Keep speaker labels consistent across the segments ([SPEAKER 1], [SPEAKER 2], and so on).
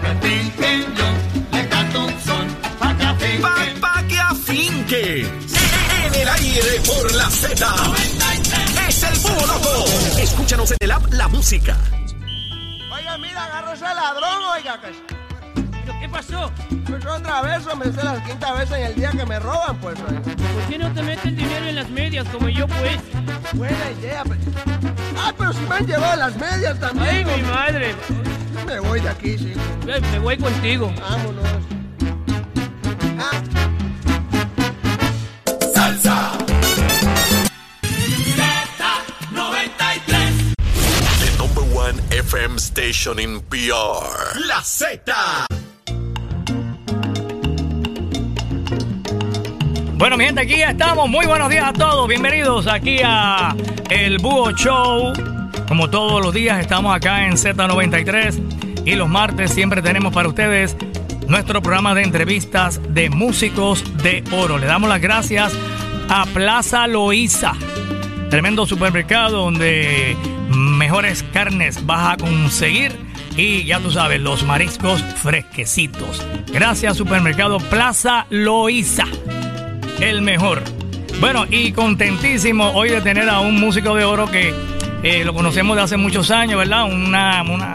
[SPEAKER 1] café pequeño, le canto un son, pa' café
[SPEAKER 2] Pa,
[SPEAKER 1] pequeño.
[SPEAKER 2] pa que afinque. En el aire por la Z. Es el Búho Loco. Escúchanos en el app La Música.
[SPEAKER 3] Oiga, mira, agarro ese ladrón, oiga. que-
[SPEAKER 4] ¿Pero qué pasó?
[SPEAKER 3] Pues otra vez, hombre, esta es la quinta vez en el día que me roban, pues. oiga.
[SPEAKER 4] ¿Por qué no te metes el dinero en las medias como yo, pues?
[SPEAKER 3] Buena idea, pues. Ah, pero si me han llevado las medias
[SPEAKER 4] ¡Ay,
[SPEAKER 3] también.
[SPEAKER 4] mi madre!
[SPEAKER 3] Yo Me voy de aquí, sí.
[SPEAKER 4] Ve, Me voy contigo.
[SPEAKER 3] Vámonos. Ah,
[SPEAKER 5] The number one FM station in PR.
[SPEAKER 2] La Z.
[SPEAKER 6] Bueno, mi gente, aquí ya estamos. Muy buenos días a todos. Bienvenidos aquí a El Búho Show. Como todos los días, estamos acá en Z93 y los martes siempre tenemos para ustedes nuestro programa de entrevistas de músicos de oro. Le damos las gracias a Plaza Loíza. Tremendo supermercado donde mejores carnes vas a conseguir y ya tú sabes, los mariscos fresquecitos. Gracias supermercado Plaza Loíza, el mejor. Bueno, y contentísimo hoy de tener a un músico de oro que eh, lo conocemos de hace muchos años, ¿verdad? Una, una,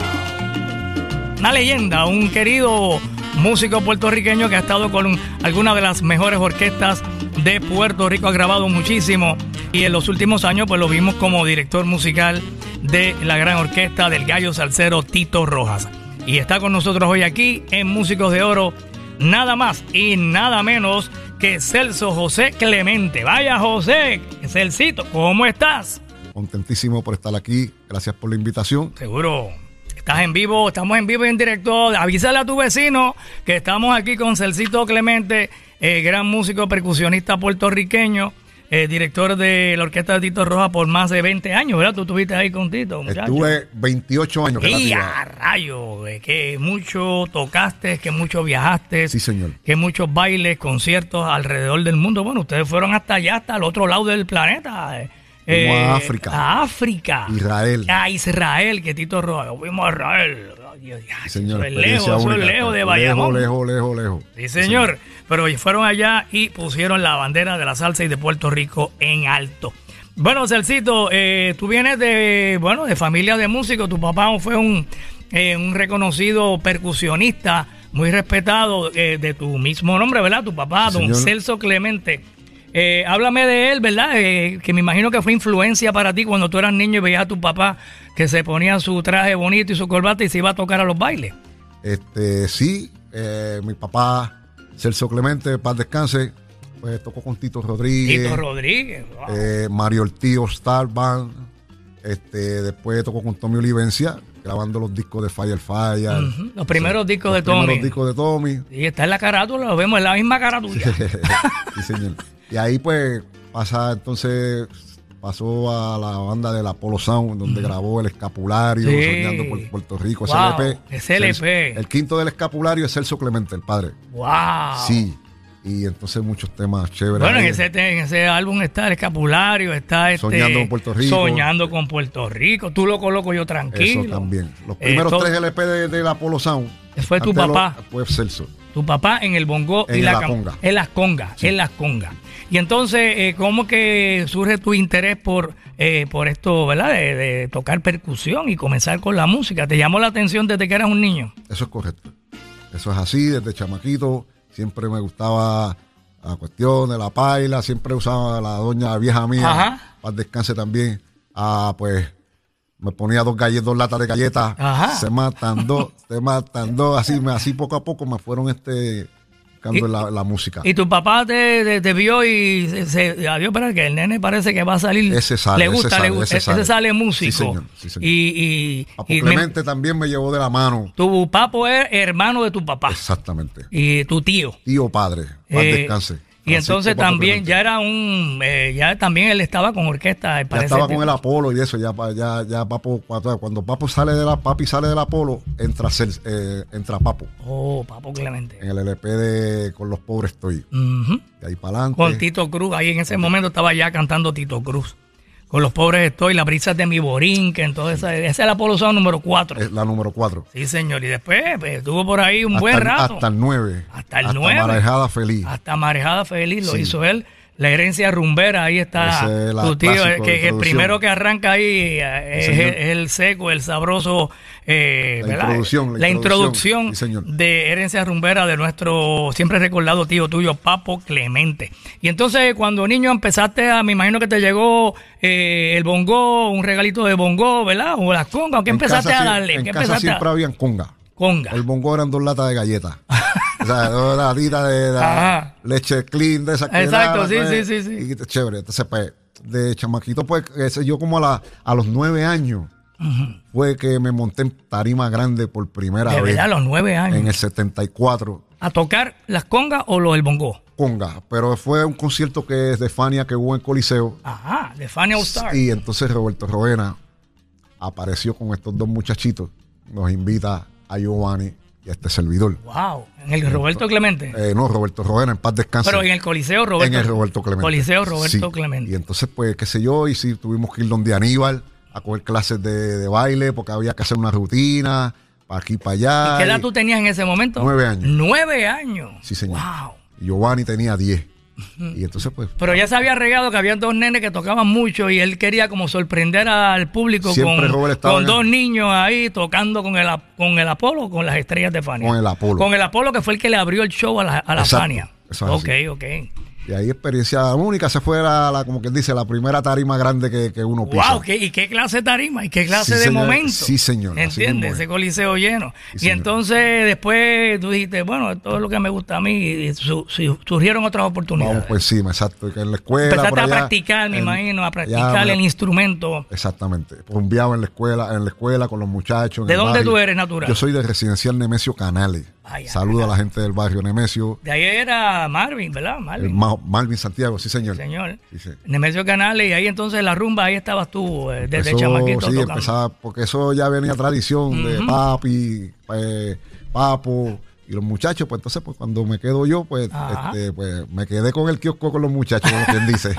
[SPEAKER 6] una leyenda, un querido músico puertorriqueño que ha estado con algunas de las mejores orquestas de Puerto Rico, ha grabado muchísimo y en los últimos años pues lo vimos como director musical de la gran orquesta del gallo salsero Tito Rojas. Y está con nosotros hoy aquí en Músicos de Oro, nada más y nada menos que Celso José Clemente. Vaya José, Celcito, ¿cómo estás?
[SPEAKER 7] Contentísimo por estar aquí. Gracias por la invitación.
[SPEAKER 6] Seguro. Estás en vivo, estamos en vivo y en directo. Avísale a tu vecino que estamos aquí con Celcito Clemente, eh, gran músico percusionista puertorriqueño, eh, director de la orquesta de Tito Roja por más de 20 años, ¿verdad? Tú estuviste ahí con Tito, muchacho.
[SPEAKER 7] Estuve 28 años.
[SPEAKER 6] Y
[SPEAKER 7] relativo.
[SPEAKER 6] a rayo, eh, que mucho tocaste, que mucho viajaste.
[SPEAKER 7] Sí, señor.
[SPEAKER 6] Que muchos bailes, conciertos alrededor del mundo. Bueno, ustedes fueron hasta allá, hasta el otro lado del planeta. eh.
[SPEAKER 7] Fuimos a África.
[SPEAKER 6] A África.
[SPEAKER 7] Israel.
[SPEAKER 6] A Israel, que Tito Rojas. Fuimos a Israel. Ay, Dios, ya,
[SPEAKER 7] Sí,
[SPEAKER 6] eso
[SPEAKER 7] señor.
[SPEAKER 6] es lejos,
[SPEAKER 7] Experiencia
[SPEAKER 6] eso es
[SPEAKER 7] única.
[SPEAKER 6] lejos de Bayamón.
[SPEAKER 7] Lejos, lejos, lejos,
[SPEAKER 6] Sí, señor. Pero fueron allá y pusieron la bandera de la salsa y de Puerto Rico en alto. Bueno, Celcito, eh, tú vienes de, bueno, de familia de músicos. Tu papá fue un, eh, un reconocido percusionista muy respetado eh, de tu mismo nombre, ¿verdad? Tu papá,
[SPEAKER 7] Sí,
[SPEAKER 6] don
[SPEAKER 7] señor.
[SPEAKER 6] Celso Clemente. Eh, háblame de él, ¿verdad? Eh, que me imagino que fue influencia para ti cuando tú eras niño y veías a tu papá que se ponía su traje bonito y su corbata y se iba a tocar a los bailes.
[SPEAKER 7] Este, sí, eh, mi papá, Celso Clemente, paz descanse, pues tocó con Tito Rodríguez,
[SPEAKER 6] Tito Rodríguez. wow.
[SPEAKER 7] eh, Mario Ortiz, Star Band, este, después tocó con Tommy Olivencia, grabando los discos de Fire Fire.
[SPEAKER 6] Ujú, los primeros discos de
[SPEAKER 7] los primeros
[SPEAKER 6] Tommy.
[SPEAKER 7] discos de Tommy.
[SPEAKER 6] Y está en la carátula, lo vemos en la misma carátula.
[SPEAKER 7] Sí, señor. Y ahí pues pasa entonces pasó a la banda del Apollo Sound donde grabó el escapulario
[SPEAKER 6] Sí.
[SPEAKER 7] soñando por Puerto Rico ese
[SPEAKER 6] Wow,
[SPEAKER 7] LP.
[SPEAKER 6] ese E LP.
[SPEAKER 7] El, quinto del escapulario es Celso Clemente el padre
[SPEAKER 6] ¡Wow!
[SPEAKER 7] sí y entonces muchos temas chéveres
[SPEAKER 6] Bueno, en
[SPEAKER 7] ahí.
[SPEAKER 6] ese, en ese álbum está el escapulario, está este,
[SPEAKER 7] Soñando con Puerto Rico.
[SPEAKER 6] Soñando con Puerto Rico. Tú lo coloco yo tranquilo. Eh,
[SPEAKER 7] eso también los primeros
[SPEAKER 6] Esto-
[SPEAKER 7] tres LP de- del Apollo Sound
[SPEAKER 6] Fue tu
[SPEAKER 7] antes lo-
[SPEAKER 6] papá.
[SPEAKER 7] fue Celso
[SPEAKER 6] Tu papá en el bongo y
[SPEAKER 7] En
[SPEAKER 6] la,
[SPEAKER 7] la
[SPEAKER 6] cam-
[SPEAKER 7] conga.
[SPEAKER 6] En las congas, en las congas. Y entonces, eh, ¿cómo que surge tu interés por, eh, por esto, verdad? De, de tocar percusión y comenzar con la música. ¿Te llamó la atención desde que eras un niño?
[SPEAKER 7] Eso es correcto. Eso es así, desde chamaquito siempre me gustaba la cuestión de la paila, siempre usaba la doña vieja mía,
[SPEAKER 6] Ajá.
[SPEAKER 7] para descanse también. Ah, pues me ponía dos galletas, dos latas de galletas,
[SPEAKER 6] Ajá.
[SPEAKER 7] se matan dos, se matan dos, así, me, así poco a poco me fueron este buscando
[SPEAKER 6] Y-
[SPEAKER 7] la, la música.
[SPEAKER 6] Y tu papá te, te- te vio y se, se- adiós, espera, que el nene parece que va a salir.
[SPEAKER 7] Ese
[SPEAKER 6] le
[SPEAKER 7] sale, ese
[SPEAKER 6] gusta,
[SPEAKER 7] sale,
[SPEAKER 6] le gusta. Ese
[SPEAKER 7] ese
[SPEAKER 6] sale,
[SPEAKER 7] sale.
[SPEAKER 6] músico.
[SPEAKER 7] Sí, señor, sí, señor.
[SPEAKER 6] Y, y,
[SPEAKER 7] Papo
[SPEAKER 6] y me-
[SPEAKER 7] Ah, pues, Clemente también me llevó de la mano.
[SPEAKER 6] tu papo es hermano de tu papá
[SPEAKER 7] Exactamente.
[SPEAKER 6] y tu tío.
[SPEAKER 7] Tío padre, paz
[SPEAKER 6] Eh,
[SPEAKER 7] descanse.
[SPEAKER 6] Y
[SPEAKER 7] Francisco
[SPEAKER 6] entonces
[SPEAKER 7] Papo
[SPEAKER 6] también
[SPEAKER 7] Clemente.
[SPEAKER 6] ya era un, eh, ya también él estaba con orquesta. eh,
[SPEAKER 7] Ya
[SPEAKER 6] parece
[SPEAKER 7] estaba
[SPEAKER 6] que-
[SPEAKER 7] con el Apolo y eso, ya, pa- ya, ya Papo, cuando cuando Papo sale de la, Papi sale del Apolo, entra, Cel- eh, entra Papo
[SPEAKER 6] Oh, papo Clemente.
[SPEAKER 7] en el LP de Con los pobres estoy.
[SPEAKER 6] Ujú.
[SPEAKER 7] De ahí para adelante.
[SPEAKER 6] Con Tito Cruz, ahí en ese momento estaba ya cantando Tito Cruz. Con los pobres estoy, las brisas de mi borinque, entonces esa, esa es la polución número 4.
[SPEAKER 7] Es la número 4.
[SPEAKER 6] Sí, señor. Y después pues, estuvo por ahí un buen rato.
[SPEAKER 7] Hasta el 9.
[SPEAKER 6] Hasta el nueve.
[SPEAKER 7] Marejada feliz.
[SPEAKER 6] Hasta Marejada Feliz lo
[SPEAKER 7] Sí.
[SPEAKER 6] hizo él. La herencia rumbera, ahí
[SPEAKER 7] Ese
[SPEAKER 6] está
[SPEAKER 7] es la
[SPEAKER 6] tu tío,
[SPEAKER 7] clásico
[SPEAKER 6] eh,
[SPEAKER 7] de
[SPEAKER 6] que el
[SPEAKER 7] introducción.
[SPEAKER 6] primero que arranca ahí eh, es,
[SPEAKER 7] señor.
[SPEAKER 6] el- es el seco, el sabroso, eh,
[SPEAKER 7] La
[SPEAKER 6] ¿verdad?
[SPEAKER 7] introducción, la
[SPEAKER 6] La
[SPEAKER 7] introducción,
[SPEAKER 6] introducción
[SPEAKER 7] sí, señor.
[SPEAKER 6] de herencia rumbera de nuestro siempre recordado tío tuyo, Papo Clemente. Y entonces cuando niño empezaste a, me imagino que te llegó eh, el bongo, un regalito de bongo, ¿verdad? O las congas, ¿qué
[SPEAKER 7] En
[SPEAKER 6] empezaste
[SPEAKER 7] casa
[SPEAKER 6] a
[SPEAKER 7] sie-
[SPEAKER 6] darle?
[SPEAKER 7] En
[SPEAKER 6] ¿Qué
[SPEAKER 7] casa
[SPEAKER 6] empezaste
[SPEAKER 7] siempre
[SPEAKER 6] a
[SPEAKER 7] habían conga.
[SPEAKER 6] conga?
[SPEAKER 7] El bongo eran dos latas de galletas. o sea, dos latitas de de-
[SPEAKER 6] Ajá.
[SPEAKER 7] leche clean de esas que
[SPEAKER 6] Exacto,
[SPEAKER 7] daban,
[SPEAKER 6] sí,
[SPEAKER 7] pues,
[SPEAKER 6] sí, sí, sí.
[SPEAKER 7] Y chévere. Entonces, pues, de chamaquito, pues, qué sé yo como a, la- a los nueve años fue que me monté en tarima grande por primera
[SPEAKER 6] De
[SPEAKER 7] vez.
[SPEAKER 6] verdad, a los nueve años.
[SPEAKER 7] en este el 74,
[SPEAKER 6] ¿A tocar las congas o lo del bongo?
[SPEAKER 7] conga. Pero fue un concierto que es de Fania que hubo en Coliseo.
[SPEAKER 6] Ajá, de Fanny All Star.
[SPEAKER 7] Y entonces Roberto Roena apareció con estos dos muchachitos, nos invita a Giovanni y a este servidor.
[SPEAKER 6] Wow, en el Roberto Clemente.
[SPEAKER 7] Eh, no, Roberto Roena, en paz descanse.
[SPEAKER 6] Pero en el Coliseo Roberto.
[SPEAKER 7] En el Roberto Clemente.
[SPEAKER 6] Coliseo Roberto
[SPEAKER 7] Sí.
[SPEAKER 6] Clemente.
[SPEAKER 7] Y entonces, pues, qué sé yo, y sí, tuvimos que ir donde Aníbal a coger clases de, de baile porque había que hacer una rutina, para aquí, para allá.
[SPEAKER 6] ¿Y qué edad
[SPEAKER 7] y-
[SPEAKER 6] tú tenías en ese momento?
[SPEAKER 7] Nueve años.
[SPEAKER 6] Nueve años.
[SPEAKER 7] Sí, señor.
[SPEAKER 6] Wow.
[SPEAKER 7] y Giovanni tenía 10. Y entonces, pues,
[SPEAKER 6] Pero ya se había regado que había dos nenes que tocaban mucho y él quería como sorprender al público
[SPEAKER 7] Siempre
[SPEAKER 6] con,
[SPEAKER 7] Robert estaba
[SPEAKER 6] con
[SPEAKER 7] en-
[SPEAKER 6] dos niños ahí tocando con el, ap- con el Apolo, con las estrellas de Fania.
[SPEAKER 7] Con el Apolo.
[SPEAKER 6] Con el Apolo que fue el que le abrió el show a la, a la
[SPEAKER 7] Exacto,
[SPEAKER 6] Fania.
[SPEAKER 7] eso es
[SPEAKER 6] ok,
[SPEAKER 7] así.
[SPEAKER 6] ok.
[SPEAKER 7] y ahí experiencia única, se fue la, la- como quien dice, la primera tarima grande que, que uno pisa.
[SPEAKER 6] Wow, ¿qué- ¿y qué clase de tarima? ¿Y qué clase
[SPEAKER 7] Sí,
[SPEAKER 6] de
[SPEAKER 7] señor.
[SPEAKER 6] momento?
[SPEAKER 7] Sí, señor, así mismo
[SPEAKER 6] ¿Entiendes?
[SPEAKER 7] es.
[SPEAKER 6] Ese coliseo lleno.
[SPEAKER 7] Sí,
[SPEAKER 6] y
[SPEAKER 7] señor.
[SPEAKER 6] entonces después tú dijiste, bueno, esto es lo que me gusta a mí. Y su- su- surgieron otras oportunidades.
[SPEAKER 7] Vamos por encima, exacto. Que en la escuela.
[SPEAKER 6] Empezaste
[SPEAKER 7] por
[SPEAKER 6] a
[SPEAKER 7] allá,
[SPEAKER 6] practicar, me
[SPEAKER 7] en-
[SPEAKER 6] imagino, a
[SPEAKER 7] allá,
[SPEAKER 6] practicar
[SPEAKER 7] mira,
[SPEAKER 6] el instrumento.
[SPEAKER 7] Exactamente. Rumbeaba en la escuela, en la escuela con los muchachos. en
[SPEAKER 6] ¿De
[SPEAKER 7] el
[SPEAKER 6] dónde
[SPEAKER 7] barrio.
[SPEAKER 6] tú eres, natural?
[SPEAKER 7] Yo soy de Residencial Nemesio Canales.
[SPEAKER 6] Vaya,
[SPEAKER 7] Saludo a la
[SPEAKER 6] Canales.
[SPEAKER 7] gente del barrio Nemesio.
[SPEAKER 6] De ahí era Marvin, ¿verdad? Marvin.
[SPEAKER 7] el Ma- Malvin Santiago, sí, señor.
[SPEAKER 6] señor.
[SPEAKER 7] Sí, sí.
[SPEAKER 6] Nemesio Canales, y ahí entonces la rumba, ahí estabas tú, eh, desde chamaquito.
[SPEAKER 7] sí,
[SPEAKER 6] tocando.
[SPEAKER 7] empezaba, porque eso ya venía tradición de papi, eh, papo y los muchachos. Pues entonces, pues cuando me quedo yo, pues,
[SPEAKER 6] Ajá.
[SPEAKER 7] este, pues me quedé con el kiosco con los muchachos, como quien dice.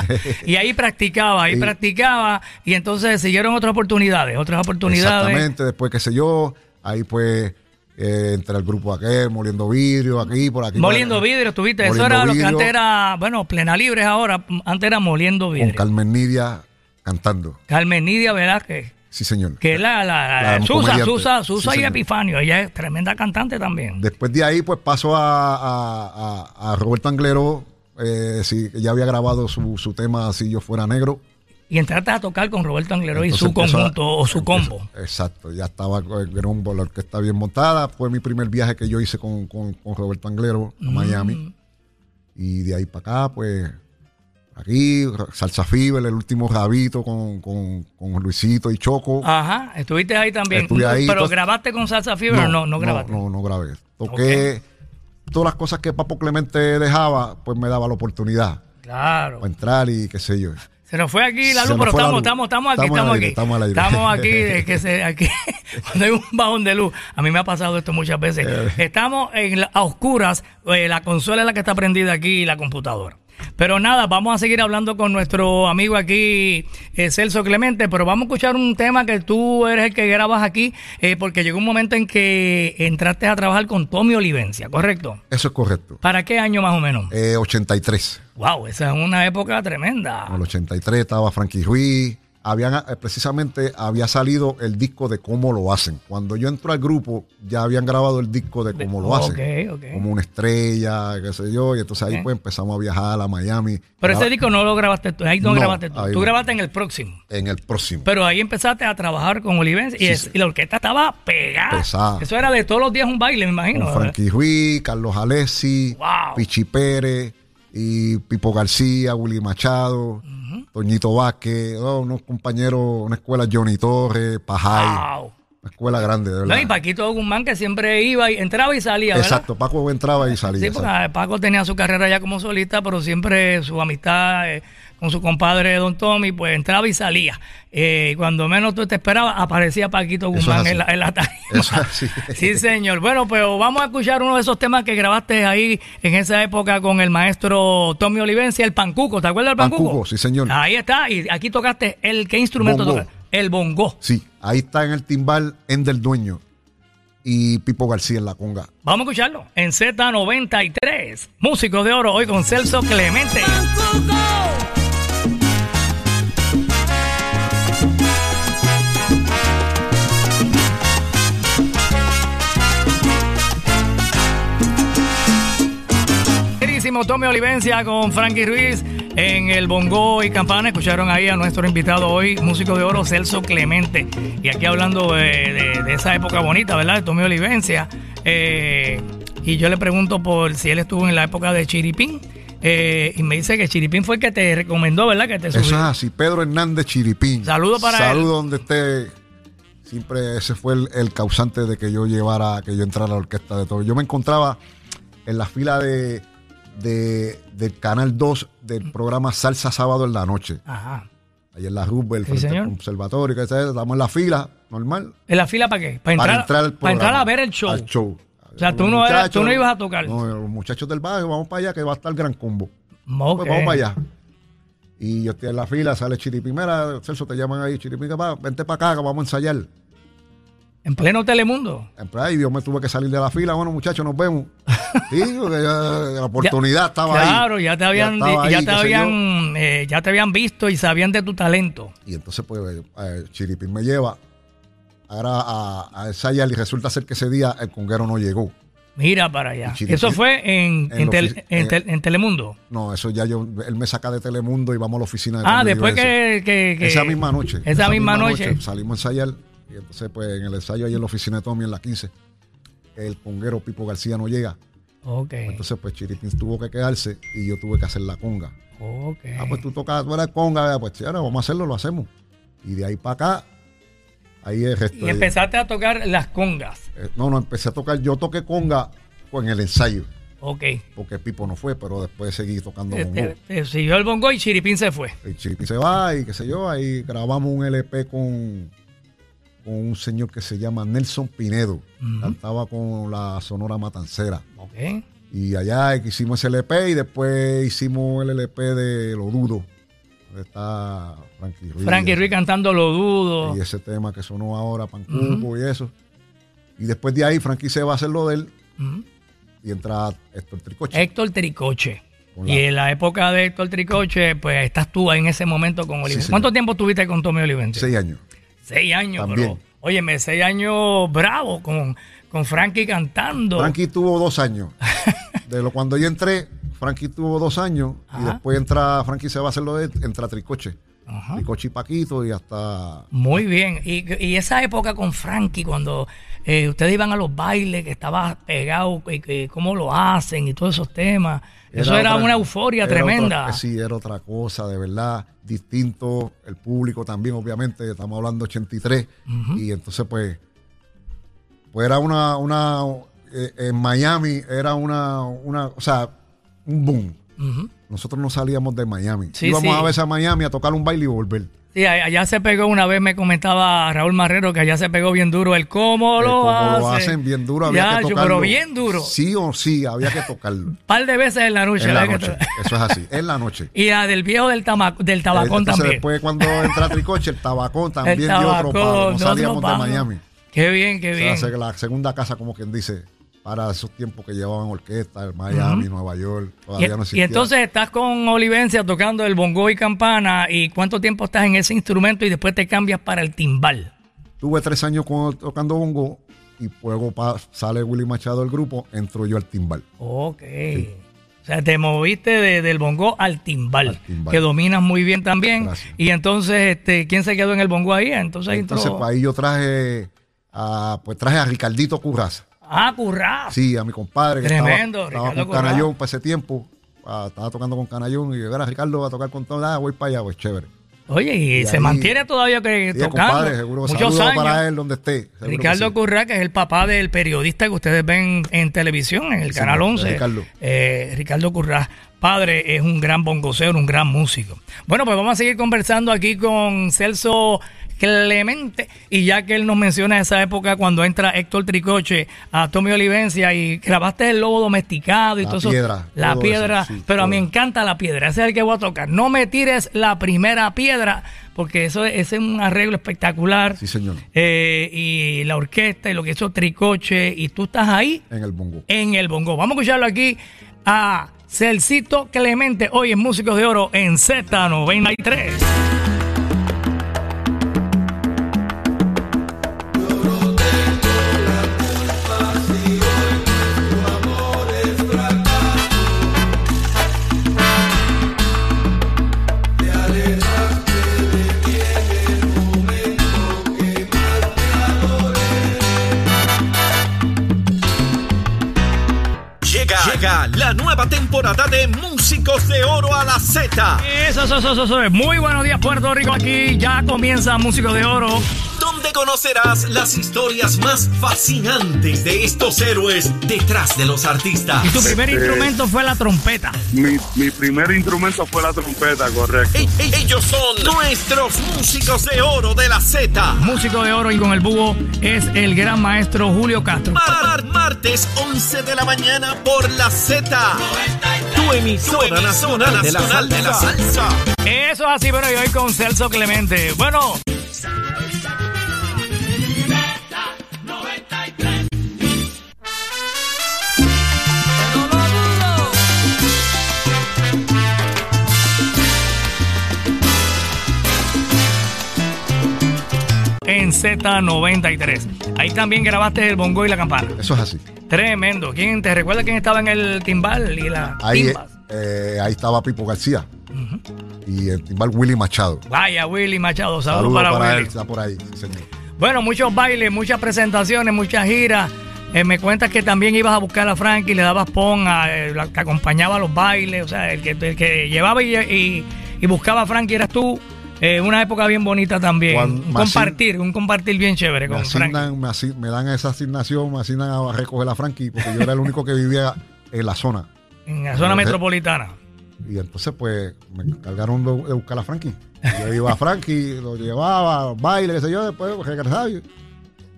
[SPEAKER 6] Y ahí practicaba, ahí
[SPEAKER 7] Sí.
[SPEAKER 6] practicaba, y entonces siguieron otras oportunidades, otras oportunidades.
[SPEAKER 7] Exactamente, después qué sé yo, ahí pues eh, entre el grupo aquel, moliendo vidrio, aquí, por aquí.
[SPEAKER 6] Moliendo
[SPEAKER 7] por-
[SPEAKER 6] vidrio, tuviste. Eso
[SPEAKER 7] Moliendo
[SPEAKER 6] era lo que
[SPEAKER 7] vidrio,
[SPEAKER 6] antes era, bueno, plena libre es ahora, antes era moliendo
[SPEAKER 7] Con
[SPEAKER 6] vidrio.
[SPEAKER 7] Carmen Nidia cantando.
[SPEAKER 6] Carmen Nidia Velázquez,
[SPEAKER 7] Sí, señor.
[SPEAKER 6] que es la, la, la-
[SPEAKER 7] La
[SPEAKER 6] Susa,
[SPEAKER 7] comediante.
[SPEAKER 6] Susa,
[SPEAKER 7] Sí,
[SPEAKER 6] Susa y
[SPEAKER 7] señor.
[SPEAKER 6] Epifanio. Ella es tremenda cantante también.
[SPEAKER 7] Después de ahí, pues pasó a, a- a- a Roberto Anglero, eh, sí, que ya había grabado su, su tema Si yo fuera negro.
[SPEAKER 6] y entraste a tocar con Roberto Angleró y
[SPEAKER 7] Entonces
[SPEAKER 6] su
[SPEAKER 7] empezó a-
[SPEAKER 6] conjunto o su
[SPEAKER 7] empezó-
[SPEAKER 6] combo.
[SPEAKER 7] Exacto, ya estaba con el grumbo, la orquesta bien montada. Fue mi primer viaje que yo hice con, con- con Roberto Anglero
[SPEAKER 6] Mm.
[SPEAKER 7] a Miami. Y de ahí para acá, pues, aquí, Salsa Fiber, el último rabito con, con- con Luisito y Choco.
[SPEAKER 6] Ajá, estuviste ahí también.
[SPEAKER 7] Estuve ahí,
[SPEAKER 6] pero
[SPEAKER 7] entonces-
[SPEAKER 6] grabaste con Salsa Fiebre o no, no grabaste.
[SPEAKER 7] No, no grabé. Toqué todas las cosas que Papo Clemente dejaba, pues me daba la oportunidad
[SPEAKER 6] Claro.
[SPEAKER 7] para entrar y qué sé yo.
[SPEAKER 6] Se nos fue aquí la luz,
[SPEAKER 7] Se nos
[SPEAKER 6] pero
[SPEAKER 7] fue la
[SPEAKER 6] estamos,
[SPEAKER 7] luz.
[SPEAKER 6] estamos, estamos aquí,
[SPEAKER 7] Estamos
[SPEAKER 6] estamos,
[SPEAKER 7] al aire,
[SPEAKER 6] aquí.
[SPEAKER 7] estamos al aire.
[SPEAKER 6] Estamos aquí, de que se, aquí, cuando hay un bajón de luz. A mí me ha pasado esto muchas veces.
[SPEAKER 7] Eh.
[SPEAKER 6] Estamos en la- a oscuras, eh, la consola es la que está prendida aquí y la computadora. Pero nada, vamos a seguir hablando con nuestro amigo aquí, eh, Celso Clemente, pero vamos a escuchar un tema que tú eres el que grabas aquí, eh, porque llegó un momento en que entraste a trabajar con Tommy Olivencia, ¿correcto?
[SPEAKER 7] Eso es correcto.
[SPEAKER 6] ¿Para qué año más o menos?
[SPEAKER 7] Eh, 83.
[SPEAKER 6] Wow, esa es una época tremenda.
[SPEAKER 7] En el 83 estaba Frankie Ruiz. Habían, eh, precisamente había salido el disco de Cómo lo hacen. Cuando yo entro al grupo, ya habían grabado el disco de Cómo lo
[SPEAKER 6] ok,
[SPEAKER 7] hacen.
[SPEAKER 6] ok.
[SPEAKER 7] Como una estrella, qué sé yo. Y entonces ahí
[SPEAKER 6] Ok.
[SPEAKER 7] pues empezamos a viajar a Miami.
[SPEAKER 6] Pero
[SPEAKER 7] Graba-
[SPEAKER 6] ese disco no lo grabaste tú, ahí no,
[SPEAKER 7] No,
[SPEAKER 6] grabaste tú.
[SPEAKER 7] ahí
[SPEAKER 6] Tú
[SPEAKER 7] no.
[SPEAKER 6] grabaste en el próximo.
[SPEAKER 7] En el próximo.
[SPEAKER 6] Pero ahí empezaste a trabajar con Olivense y,
[SPEAKER 7] Sí,
[SPEAKER 6] es-
[SPEAKER 7] sí.
[SPEAKER 6] y la orquesta estaba pegada.
[SPEAKER 7] Pesada.
[SPEAKER 6] Eso era de todos los días un baile, me imagino.
[SPEAKER 7] con
[SPEAKER 6] ¿verdad?
[SPEAKER 7] Frankie Ruiz, Carlos Alessi,
[SPEAKER 6] Wow.
[SPEAKER 7] Pichi Pérez y Pipo García, Willy Machado, Toñito Vázquez, oh, unos compañeros, una escuela Johnny Torres, Pajay,
[SPEAKER 6] Wow.
[SPEAKER 7] una escuela grande, de verdad.
[SPEAKER 6] No, y Paquito Guzmán que siempre iba y entraba y salía, ¿verdad?
[SPEAKER 7] Exacto, Paco entraba y salía.
[SPEAKER 6] Sí,
[SPEAKER 7] exacto.
[SPEAKER 6] porque Paco tenía su carrera ya como solista, pero siempre su amistad eh, con su compadre Don Tommy, pues entraba y salía. Eh, cuando menos tú te esperabas, aparecía Paquito
[SPEAKER 7] Eso es
[SPEAKER 6] Guzmán
[SPEAKER 7] así.
[SPEAKER 6] en la, en la tarima.
[SPEAKER 7] Eso es así.
[SPEAKER 6] Sí, señor. Bueno, pero vamos a escuchar uno de esos temas que grabaste ahí en esa época con el maestro Tommy Olivencia, el Pancuco. ¿Te acuerdas del Pancuco?
[SPEAKER 7] Pancuco, sí, señor.
[SPEAKER 6] Ahí está. Y aquí tocaste el, ¿qué instrumento
[SPEAKER 7] Bongo.
[SPEAKER 6] tocaste? El bongo.
[SPEAKER 7] Sí, ahí está en el timbal Ender Dueño y Pipo García en la conga.
[SPEAKER 6] Vamos a escucharlo en Z93. Músicos de Oro, hoy con Celso Clemente. Queridísimo Tommy Olivencia con Frankie Ruiz en el Bongo y Campana. Escucharon ahí a nuestro invitado hoy, músico de oro Celso Clemente. Y aquí hablando de, de- de esa época bonita, ¿verdad? De Tommy Olivencia. Eh, y yo le pregunto por si él estuvo en la época de Chiripín. Eh, y me dice que Chiripín fue el que te recomendó, ¿verdad? Que te
[SPEAKER 7] Eso es
[SPEAKER 6] subió.
[SPEAKER 7] así, Pedro Hernández Chiripín.
[SPEAKER 6] Saludo para
[SPEAKER 7] Saludo donde esté. Siempre ese fue el, el causante de que yo llevara, que yo entrara a la orquesta de todo. Yo me encontraba en la fila de, de- del Canal 2 del programa Salsa Sábado en la Noche.
[SPEAKER 6] Ajá.
[SPEAKER 7] Ahí en la Rubel,
[SPEAKER 6] Sí,
[SPEAKER 7] frente
[SPEAKER 6] señor.
[SPEAKER 7] al conservatorio, que sea, estamos en la fila, normal.
[SPEAKER 6] ¿En la fila para qué? Para entrar,
[SPEAKER 7] para entrar al
[SPEAKER 6] para entrar
[SPEAKER 7] programa,
[SPEAKER 6] a ver el show.
[SPEAKER 7] al show.
[SPEAKER 6] O sea,
[SPEAKER 7] Los
[SPEAKER 6] tú no eras-
[SPEAKER 7] muchachos-
[SPEAKER 6] tú no ibas a tocar.
[SPEAKER 7] No, los muchachos del barrio, vamos para allá que va a estar el gran combo.
[SPEAKER 6] Ok.
[SPEAKER 7] Pues vamos para allá. Y yo estoy en la fila, sale Chiripín. Mira, Celso, te llaman ahí, Chiripín, papá, vente para acá que vamos a ensayar.
[SPEAKER 6] En pleno Telemundo.
[SPEAKER 7] Y yo me tuve que salir de la fila. Bueno, muchachos, nos vemos. Sí, porque ya la oportunidad
[SPEAKER 6] Ya-
[SPEAKER 7] estaba ahí.
[SPEAKER 6] Claro, ya te habían,
[SPEAKER 7] estaba
[SPEAKER 6] ya
[SPEAKER 7] ahí,
[SPEAKER 6] te
[SPEAKER 7] qué sé yo.
[SPEAKER 6] habían, eh, ya te habían visto y sabían de tu talento.
[SPEAKER 7] Y entonces, pues, eh, Chiripín me lleva ahora a, a ensayar y resulta ser que ese día el conguero no llegó.
[SPEAKER 6] Mira para allá.
[SPEAKER 7] Y Chiriquí-
[SPEAKER 6] Eso fue en,
[SPEAKER 7] en
[SPEAKER 6] en
[SPEAKER 7] la
[SPEAKER 6] tel-
[SPEAKER 7] ofici-
[SPEAKER 6] en tel-
[SPEAKER 7] en-
[SPEAKER 6] en Telemundo.
[SPEAKER 7] No, eso ya yo, él me saca de Telemundo y vamos a la oficina de
[SPEAKER 6] Ah,
[SPEAKER 7] Conmigo
[SPEAKER 6] después
[SPEAKER 7] ese.
[SPEAKER 6] que, que- que-
[SPEAKER 7] Esa misma noche.
[SPEAKER 6] Esa, misma, noche.
[SPEAKER 7] Salimos a ensayar. Y entonces, pues, en el ensayo ahí en la oficina de Tommy, en la 15, el conguero Pipo García no llega.
[SPEAKER 6] Ok.
[SPEAKER 7] Entonces, pues, Chiripín tuvo que quedarse y yo tuve que hacer la conga.
[SPEAKER 6] ok.
[SPEAKER 7] Ah, pues tú tocas, tú eres conga. ah, Pues, sí, ahora vamos a hacerlo, lo hacemos. Y de ahí para acá, ahí es resto.
[SPEAKER 6] y
[SPEAKER 7] de-
[SPEAKER 6] empezaste a tocar las congas.
[SPEAKER 7] eh, No, no, empecé a tocar. Yo toqué conga con el ensayo,
[SPEAKER 6] Ok.
[SPEAKER 7] porque Pipo no fue, pero después seguí tocando
[SPEAKER 6] Te-
[SPEAKER 7] con
[SPEAKER 6] te- te siguió el bongo y Chiripín se fue.
[SPEAKER 7] el Chiripín se va y qué sé yo, ahí grabamos un LP con, con un señor que se llama Nelson Pinedo, cantaba con la Sonora Matancera.
[SPEAKER 6] Ok.
[SPEAKER 7] Y allá hicimos ese LP y después hicimos el LP de Lo Dudo, donde está Frankie Ruiz.
[SPEAKER 6] Frankie Ruiz cantando Lo Dudo.
[SPEAKER 7] Y ese tema que sonó ahora, Pancuco y eso. Y después de ahí Frankie se va a hacer lo de él
[SPEAKER 6] Ujú.
[SPEAKER 7] y entra Héctor Tricoche.
[SPEAKER 6] Héctor Tricoche.
[SPEAKER 7] Hola.
[SPEAKER 6] Y en la época de Héctor Tricoche, pues estás tú ahí en ese momento con Olivencia.
[SPEAKER 7] señor.
[SPEAKER 6] ¿Cuánto tiempo estuviste con Tommy Olivencia?
[SPEAKER 7] Seis años.
[SPEAKER 6] Seis años,
[SPEAKER 7] También.
[SPEAKER 6] pero. Óyeme, seis años bravo con, con Frankie cantando.
[SPEAKER 7] Frankie tuvo dos años. De lo cuando yo entré, Frankie tuvo dos años y
[SPEAKER 6] Ajá.
[SPEAKER 7] después entra, Frankie se va a hacerlo de entra Tricoche.
[SPEAKER 6] Ajá.
[SPEAKER 7] Tricoche y Paquito y hasta
[SPEAKER 6] Muy bien. Y, y esa época con Frankie, cuando eh, ustedes iban a los bailes, que estabas pegado, y, que cómo lo hacen y todos esos temas. Eso era
[SPEAKER 7] otra-
[SPEAKER 6] una euforia
[SPEAKER 7] era
[SPEAKER 6] tremenda.
[SPEAKER 7] otra- eh, sí, era otra cosa, de verdad, distinto. El público también, obviamente, estamos hablando 83. Y entonces, pues, pues era una, una eh, en Miami era una, una, o sea, un boom. Nosotros no salíamos de Miami.
[SPEAKER 6] Sí,
[SPEAKER 7] Íbamos
[SPEAKER 6] sí.
[SPEAKER 7] a veces a Miami a tocar un baile y volver.
[SPEAKER 6] Sí, a- allá se pegó una vez, me comentaba Raúl Marrero que allá se pegó bien duro el cómo
[SPEAKER 7] Eh,
[SPEAKER 6] lo,
[SPEAKER 7] como
[SPEAKER 6] hacen.
[SPEAKER 7] lo hacen bien duro, había que
[SPEAKER 6] Yacho,
[SPEAKER 7] tocarlo.
[SPEAKER 6] pero bien duro.
[SPEAKER 7] Sí o sí, había que tocarlo.
[SPEAKER 6] par de veces en la noche.
[SPEAKER 7] en la
[SPEAKER 6] había que
[SPEAKER 7] noche. Eh,
[SPEAKER 6] to-
[SPEAKER 7] Eso es así, en la noche.
[SPEAKER 6] y la del viejo del, tama- del tabacón
[SPEAKER 7] Entonces,
[SPEAKER 6] también.
[SPEAKER 7] después cuando entra Tricoche, el tabacón también
[SPEAKER 6] El
[SPEAKER 7] dio otro palo.
[SPEAKER 6] tabacón,
[SPEAKER 7] No
[SPEAKER 6] otro
[SPEAKER 7] salíamos de
[SPEAKER 6] palo.
[SPEAKER 7] Miami.
[SPEAKER 6] Qué bien, qué
[SPEAKER 7] O
[SPEAKER 6] bien.
[SPEAKER 7] sea, se- la segunda casa, como quien dice, para esos tiempos que llevaban orquesta, el Miami, Nueva York,
[SPEAKER 6] Y,
[SPEAKER 7] todavía no
[SPEAKER 6] y
[SPEAKER 7] existía.
[SPEAKER 6] entonces estás con Olivencia tocando el bongo y campana. ¿Y cuánto tiempo estás en ese instrumento y después te cambias para el timbal?
[SPEAKER 7] Tuve tres años con- tocando bongo y luego pa- sale Willy Machado del grupo, entro yo al timbal.
[SPEAKER 6] Ok. O sea, te moviste de- del bongo al timbal,
[SPEAKER 7] Al timbal.
[SPEAKER 6] que dominas muy bien también.
[SPEAKER 7] Gracias.
[SPEAKER 6] Y entonces, este, ¿quién se quedó en el bongo ahí? Entonces, entró-
[SPEAKER 7] Entonces, pues, ahí yo traje a, pues, traje a Ricardito Curraza.
[SPEAKER 6] Ah, currado.
[SPEAKER 7] Sí, a mi compadre. Que
[SPEAKER 6] Tremendo,
[SPEAKER 7] estaba, estaba
[SPEAKER 6] Ricardo
[SPEAKER 7] con
[SPEAKER 6] Corral.
[SPEAKER 7] Canallón para ese tiempo. Ah, estaba tocando con Canallón y yo, "Mira, Ricardo va a tocar con todo. Ah, voy para allá, pues chévere.
[SPEAKER 6] Oye, y,
[SPEAKER 7] Y
[SPEAKER 6] se
[SPEAKER 7] ahí-
[SPEAKER 6] mantiene todavía que
[SPEAKER 7] Sí,
[SPEAKER 6] tocando.
[SPEAKER 7] compadre, seguro.
[SPEAKER 6] Muchos
[SPEAKER 7] Saludos
[SPEAKER 6] años.
[SPEAKER 7] para él donde esté. seguro que
[SPEAKER 6] Ricardo
[SPEAKER 7] sí.
[SPEAKER 6] Curra, que es el papá del periodista que ustedes ven en televisión, en el
[SPEAKER 7] Sí,
[SPEAKER 6] Canal
[SPEAKER 7] señor,
[SPEAKER 6] 11.
[SPEAKER 7] Ricardo.
[SPEAKER 6] Eh, Ricardo Curra, padre, es un gran bongocero, un gran músico. Bueno, pues vamos a seguir conversando aquí con Celso Clemente. Y ya que él nos menciona esa época cuando entra Héctor Tricoche a Tommy Olivencia y grabaste el lobo domesticado y
[SPEAKER 7] La
[SPEAKER 6] todo eso.
[SPEAKER 7] piedra,
[SPEAKER 6] La
[SPEAKER 7] todo
[SPEAKER 6] piedra.
[SPEAKER 7] eso, sí,
[SPEAKER 6] pero a
[SPEAKER 7] todo.
[SPEAKER 6] mí me encanta la piedra. Ese es el que voy a tocar. No me tires la primera piedra, porque eso es, ese es un arreglo espectacular.
[SPEAKER 7] Sí, señor.
[SPEAKER 6] Eh, y la orquesta y lo que hizo Tricoche y tú estás ahí
[SPEAKER 7] En el bongo.
[SPEAKER 6] en el bongo. Vamos a escucharlo aquí a Celcito Clemente hoy en Músicos de Oro en Z93.
[SPEAKER 2] Llega, llega la nueva temporada de Músicos de Oro a la Z,
[SPEAKER 6] Eso, eso, eso, eso, eso es. Muy buenos días Puerto Rico. Aquí ya comienza Músicos de Oro.
[SPEAKER 2] donde conocerás las historias más fascinantes de estos héroes detrás de los artistas.
[SPEAKER 6] Y tu primer instrumento fue la trompeta.
[SPEAKER 8] Mi, mi primer instrumento fue la trompeta, correcto.
[SPEAKER 2] E- e- Ellos son nuestros músicos de oro de la Z.
[SPEAKER 6] Músico de Oro y con el búho es el gran maestro Julio Castro.
[SPEAKER 2] Mar- mar- martes 11 de la mañana por la Z. Tu emisora, nacional, de la salsa.
[SPEAKER 6] Eso es así, pero yo hoy con Celso Clemente. Bueno, en Z93. Ahí también grabaste el bongo y la campana.
[SPEAKER 7] Eso es así.
[SPEAKER 6] Tremendo. ¿Quién te recuerda quién estaba en el timbal y la
[SPEAKER 7] Ahí,
[SPEAKER 6] timbas?
[SPEAKER 7] eh, ahí estaba Pipo García. Y el timbal Willy Machado.
[SPEAKER 6] Vaya, Willy Machado, saludos
[SPEAKER 7] Saludos
[SPEAKER 6] para,
[SPEAKER 7] para, él,
[SPEAKER 6] Willy.
[SPEAKER 7] está por ahí, sí, señor.
[SPEAKER 6] Bueno, muchos bailes, muchas presentaciones, muchas giras. Eh, me cuentas que también ibas a buscar a Frankie, le dabas pon, a, eh, la- te acompañaba a los bailes, o sea, el que, el que llevaba y, y- y buscaba a Frankie eras tú. Eh, una época bien bonita también.
[SPEAKER 7] Cuando
[SPEAKER 6] un
[SPEAKER 7] me asign-
[SPEAKER 6] compartir, un compartir bien chévere
[SPEAKER 7] Me,
[SPEAKER 6] con Frankie.
[SPEAKER 7] asignan, me, asi- me dan esa asignación, me asignan a recoger a Frankie, porque yo era el único que vivía en la zona.
[SPEAKER 6] En la zona
[SPEAKER 7] Ajá.
[SPEAKER 6] metropolitana.
[SPEAKER 7] Y entonces, pues, me encargaron de, de buscar a Frankie. Yo iba a Frankie, lo llevaba, baile, qué sé yo, después regresaba. y-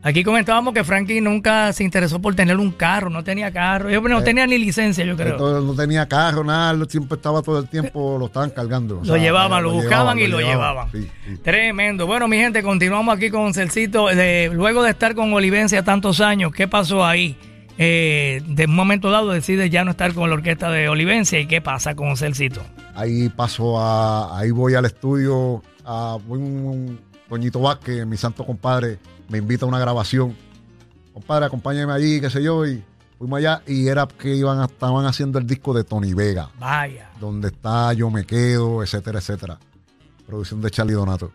[SPEAKER 6] Aquí comentábamos que Frankie nunca se interesó por tener un carro, no tenía carro. Yo no tenía ni licencia,
[SPEAKER 7] eh,
[SPEAKER 6] yo creo.
[SPEAKER 7] Entonces, no tenía carro, nada, él siempre estaba todo el tiempo, lo estaban cargando.
[SPEAKER 6] Lo llevaban, lo, buscaban y lo llevaban.
[SPEAKER 7] Sí, sí.
[SPEAKER 6] Tremendo. Bueno, mi gente, continuamos aquí con Celcito. De- luego de estar con Olivencia tantos años, ¿qué pasó ahí? Eh, de un momento dado decides ya no estar con la orquesta de Olivencia y qué pasa con Celcito.
[SPEAKER 7] Ahí paso a, ahí voy al estudio, a voy un, un- Toñito Vázquez, mi santo compadre, me invita a una grabación. Compadre, acompáñame allí, qué sé yo, y fuimos allá y era que iban a- estaban haciendo el disco de Tony Vega,
[SPEAKER 6] Vaya.
[SPEAKER 7] donde está Yo Me Quedo, etcétera, etcétera. Producción de Charlie Donato.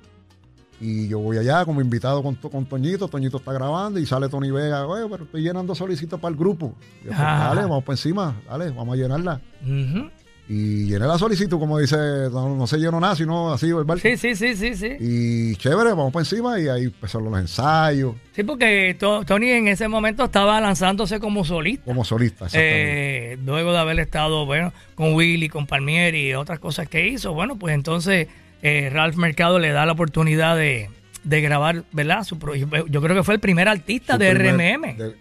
[SPEAKER 7] Y yo voy allá como invitado con, To- con Toñito, Toñito está grabando y sale Tony Vega, oye, pero estoy llenando solicitas para el grupo. Y yo, pues,
[SPEAKER 6] Ah.
[SPEAKER 7] dale, vamos por encima, dale, vamos a llenarla.
[SPEAKER 6] Ujú.
[SPEAKER 7] Y llené la solicitud, como dice, no, no se llenó nada, sino así, verbal.
[SPEAKER 6] Sí, sí, sí, sí, sí.
[SPEAKER 7] Y chévere, vamos por encima y ahí empezaron los ensayos
[SPEAKER 6] Sí, porque To- Tony en ese momento estaba lanzándose como solista.
[SPEAKER 7] como solista. exactamente.
[SPEAKER 6] Eh, luego de haber estado, bueno, con Willy, con Palmieri y otras cosas que hizo, bueno, pues entonces eh, Ralph Mercado le da la oportunidad de, de grabar, ¿verdad? Su pro- yo creo que fue el primer artista
[SPEAKER 7] Su
[SPEAKER 6] de
[SPEAKER 7] primer-
[SPEAKER 6] RMM,
[SPEAKER 7] de-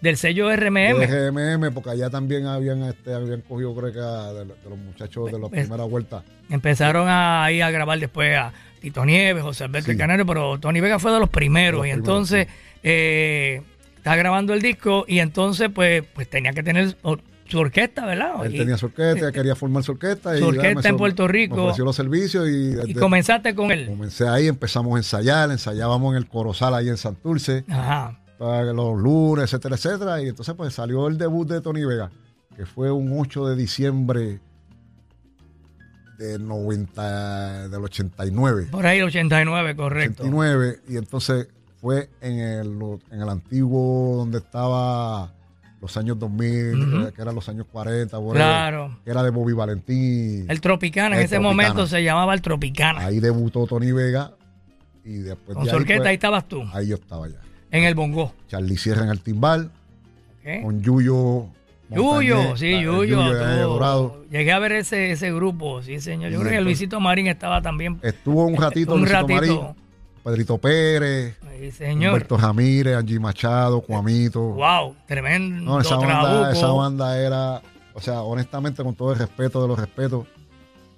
[SPEAKER 6] del sello RMM.
[SPEAKER 7] de RMM, porque allá también habían, este, habían cogido, creo que, a- de, de los muchachos de la
[SPEAKER 6] Pues-
[SPEAKER 7] primera vuelta.
[SPEAKER 6] Empezaron a, ahí a grabar después a Tito Nieves, José Alberto
[SPEAKER 7] Sí.
[SPEAKER 6] el Canario, pero Tony Vega fue de los primeros.
[SPEAKER 7] De
[SPEAKER 6] y
[SPEAKER 7] los
[SPEAKER 6] entonces eh, está grabando el disco y entonces pues, pues tenía que tener or- su orquesta, ¿verdad?
[SPEAKER 7] Él
[SPEAKER 6] Y-
[SPEAKER 7] tenía su orquesta, quería formar su orquesta. y
[SPEAKER 6] Su
[SPEAKER 7] ya
[SPEAKER 6] orquesta
[SPEAKER 7] me-
[SPEAKER 6] en Puerto
[SPEAKER 7] me
[SPEAKER 6] Rico.
[SPEAKER 7] ofreció los servicios y,
[SPEAKER 6] y
[SPEAKER 7] desde-
[SPEAKER 6] comenzaste con él.
[SPEAKER 7] comencé ahí, empezamos a ensayar, ensayábamos en el Corozal, ahí en Santurce.
[SPEAKER 6] Ajá.
[SPEAKER 7] para los lunes, etcétera, etcétera. Y entonces pues salió el debut de Tony Vega, que fue un 8 de diciembre de 90, del 89.
[SPEAKER 6] Por ahí el 89, correcto.
[SPEAKER 7] 89, y entonces fue en el, en el antiguo donde estaba los años 2000, eh, que eran los años 40, whatever,
[SPEAKER 6] Claro.
[SPEAKER 7] que era de Bobby Valentín.
[SPEAKER 6] El Tropicana, en
[SPEAKER 7] El
[SPEAKER 6] ese
[SPEAKER 7] Tropicana.
[SPEAKER 6] momento se llamaba el Tropicana.
[SPEAKER 7] Ahí debutó Tony Vega y después
[SPEAKER 6] Con
[SPEAKER 7] de
[SPEAKER 6] su
[SPEAKER 7] ahí,
[SPEAKER 6] orquesta,
[SPEAKER 7] pues,
[SPEAKER 6] ahí estabas tú,
[SPEAKER 7] ahí yo estaba ya.
[SPEAKER 6] en el bongo.
[SPEAKER 7] Charlie Sierra en el timbal,
[SPEAKER 6] ¿ok?
[SPEAKER 7] con Yuyo.
[SPEAKER 6] Yuyo,
[SPEAKER 7] Montañez,
[SPEAKER 6] sí,
[SPEAKER 7] eh,
[SPEAKER 6] Yuyo.
[SPEAKER 7] Yuyo
[SPEAKER 6] todo.
[SPEAKER 7] eh, Dorado.
[SPEAKER 6] Llegué a ver ese, ese grupo, sí, señor. Yo creo
[SPEAKER 7] Y
[SPEAKER 6] que
[SPEAKER 7] entonces-
[SPEAKER 6] Luisito Marín estaba también.
[SPEAKER 7] Estuvo un ratito
[SPEAKER 6] Un
[SPEAKER 7] Luisito
[SPEAKER 6] ratito.
[SPEAKER 7] Marín, Pedrito Pérez,
[SPEAKER 6] Sí, señor.
[SPEAKER 7] Humberto Ramírez, Angie Machado, Cuamito.
[SPEAKER 6] Wow, tremendo
[SPEAKER 7] No, esa
[SPEAKER 6] trabuco.
[SPEAKER 7] banda, esa banda era, o sea, honestamente, con todo el respeto de los respetos,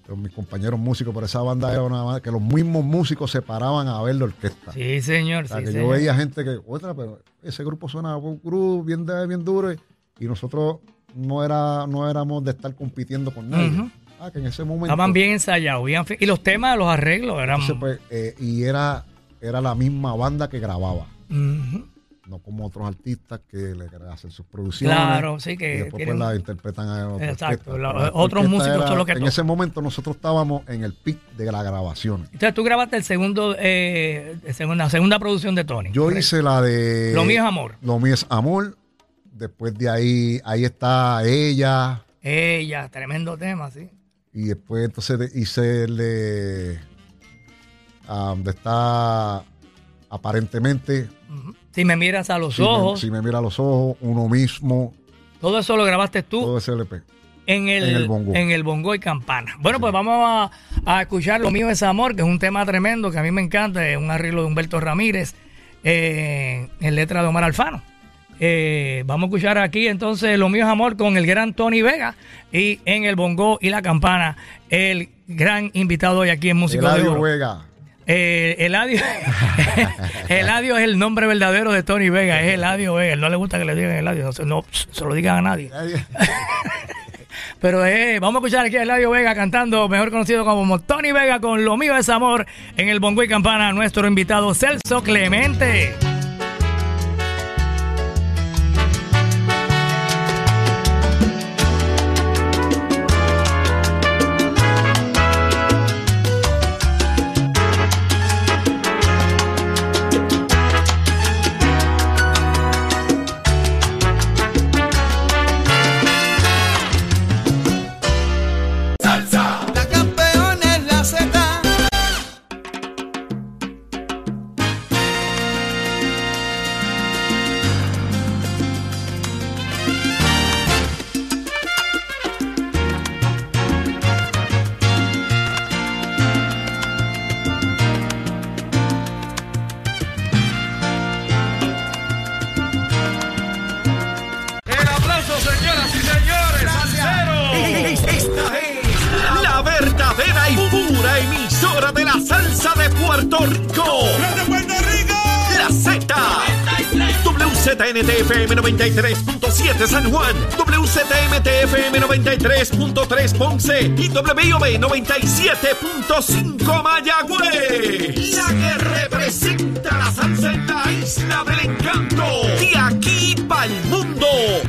[SPEAKER 7] de mis compañeros músicos, pero esa banda era una banda que los mismos músicos se paraban a ver la orquesta.
[SPEAKER 6] Sí, señor.
[SPEAKER 7] o sea,
[SPEAKER 6] sí,
[SPEAKER 7] que yo
[SPEAKER 6] señor.
[SPEAKER 7] veía gente que, otra, pero ese grupo suena un groove bien, de- bien duro y y nosotros no, era, no éramos de estar compitiendo con nadie.
[SPEAKER 6] Ujú.
[SPEAKER 7] Ah, que en ese momento.
[SPEAKER 6] Estaban bien ensayados. bien fi- y los temas, los arreglos eran.
[SPEAKER 7] entonces, pues, eh, y era, era la misma banda que grababa.
[SPEAKER 6] Ujú.
[SPEAKER 7] No como otros artistas que le hacen sus producciones.
[SPEAKER 6] Claro, sí
[SPEAKER 7] y
[SPEAKER 6] que.
[SPEAKER 7] después
[SPEAKER 6] tienen-
[SPEAKER 7] pues la interpretan a otra
[SPEAKER 6] Exacto,
[SPEAKER 7] orquesta.
[SPEAKER 6] la-
[SPEAKER 7] Pero la
[SPEAKER 6] otros
[SPEAKER 7] orquesta
[SPEAKER 6] músicos
[SPEAKER 7] era-
[SPEAKER 6] son los que
[SPEAKER 7] En
[SPEAKER 6] tocan.
[SPEAKER 7] ese momento nosotros estábamos en el pic de las grabaciones.
[SPEAKER 6] Entonces tú grabaste el segundo, eh, el segundo- la segunda producción de Tony.
[SPEAKER 7] Yo
[SPEAKER 6] correcto.
[SPEAKER 7] hice la de...
[SPEAKER 6] Lo mío es amor.
[SPEAKER 7] Lo mío es amor. Después de ahí, ahí está ella.
[SPEAKER 6] Ella, tremendo tema, sí.
[SPEAKER 7] Y después entonces de- hice el de... ah, donde está aparentemente...
[SPEAKER 6] Ujú. Si me miras a los
[SPEAKER 7] si me-
[SPEAKER 6] ojos,
[SPEAKER 7] si me mira a los ojos, uno mismo,
[SPEAKER 6] todo eso lo grabaste tú
[SPEAKER 7] todo ese LP.
[SPEAKER 6] en, el,
[SPEAKER 7] en el bongo.
[SPEAKER 6] en el bongo y campana. Bueno, pues vamos a, a escuchar Lo mío es amor, que es un tema tremendo que a mí me encanta, es un arreglo de Humberto Ramírez eh, en letra de Omar Alfano. Eh, vamos a escuchar aquí entonces Lo mío es amor con el gran Tony Vega y en el bongo y la campana el gran invitado hoy aquí en Música de
[SPEAKER 7] Eladio
[SPEAKER 6] Oro.
[SPEAKER 7] Vega.
[SPEAKER 6] Eh, Eladio, Eladio es el nombre verdadero de Tony Vega, es Eladio Vega. Él No le gusta que le digan Eladio, no, se- no se lo digan a nadie. Pero eh, vamos a escuchar aquí a Eladio Vega cantando, mejor conocido como Tony Vega con Lo Mío es Amor, en el Bongo y Campana, nuestro invitado Celso Clemente.
[SPEAKER 1] La campeona es la Z.
[SPEAKER 2] Esta es la verdadera y pura emisora de la salsa de Puerto Rico.
[SPEAKER 1] ¡De Puerto Rico!
[SPEAKER 2] La Z. WZNTFM 93.7 San Juan, WZMTFM 93.3 Ponce y WIOB 97.5 Mayagüez. La que representa la salsa en la isla del encanto. De aquí para el mundo.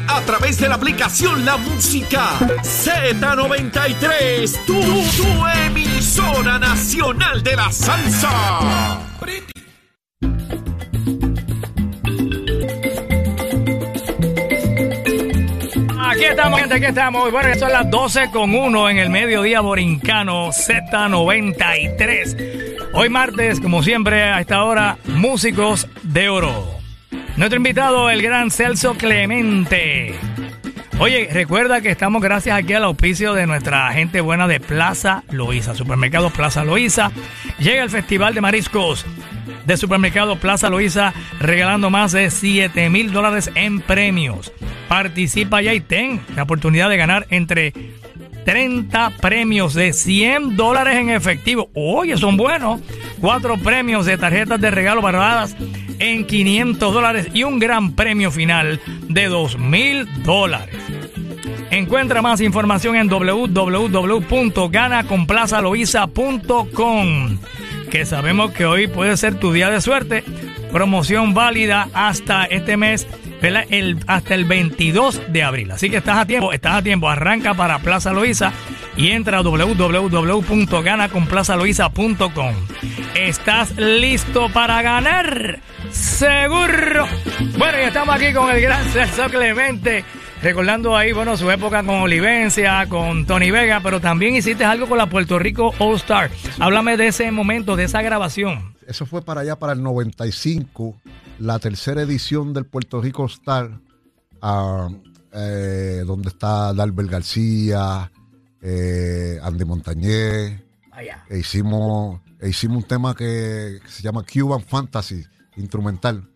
[SPEAKER 2] A través de la aplicación La Música. Z93, tu, tu emisora nacional de la salsa.
[SPEAKER 6] Aquí estamos, gente, aquí estamos. Bueno, ya son las 12 con 1 en el mediodía borincano Z93. Hoy martes, como siempre, a esta hora, músicos de oro. Nuestro invitado, el gran Celso Clemente. Oye, recuerda que estamos gracias aquí al auspicio de nuestra gente buena de Plaza Loíza, Supermercado Plaza Loíza. Llega el Festival de Mariscos de Supermercado Plaza Loíza, regalando más de 7 mil dólares en premios. Participa ya y ten la oportunidad de ganar entre 30 premios de 100 dólares en efectivo. Oye, son buenos. Cuatro premios de tarjetas de regalo valoradas en 500 dólares y un gran premio final de 2 mil dólares. Encuentra más información en www.ganaconplazaloisa.com que sabemos que hoy puede ser tu día de suerte. Promoción válida hasta este mes ¿verdad? El- hasta el 22 de abril. Así que estás a tiempo, estás a tiempo. Arranca para Plaza Loiza y entra a www.ganaconplazaloiza.com. ¿Estás listo para ganar? Seguro. Bueno, y estamos aquí con el gran Celso Clemente. Recordando ahí, bueno, su época con Olivencia, con Tony Vega, pero también hiciste algo con la Puerto Rico All Star. Háblame de ese momento, de esa grabación.
[SPEAKER 7] Eso fue para allá, para el 95, la tercera edición del Puerto Rico Star, ah, eh, donde está Dalbert García, eh, Andy Montañez.
[SPEAKER 6] Allá.
[SPEAKER 7] E hicimos, e hicimos un tema que se llama Cuban Fantasy, instrumental, de-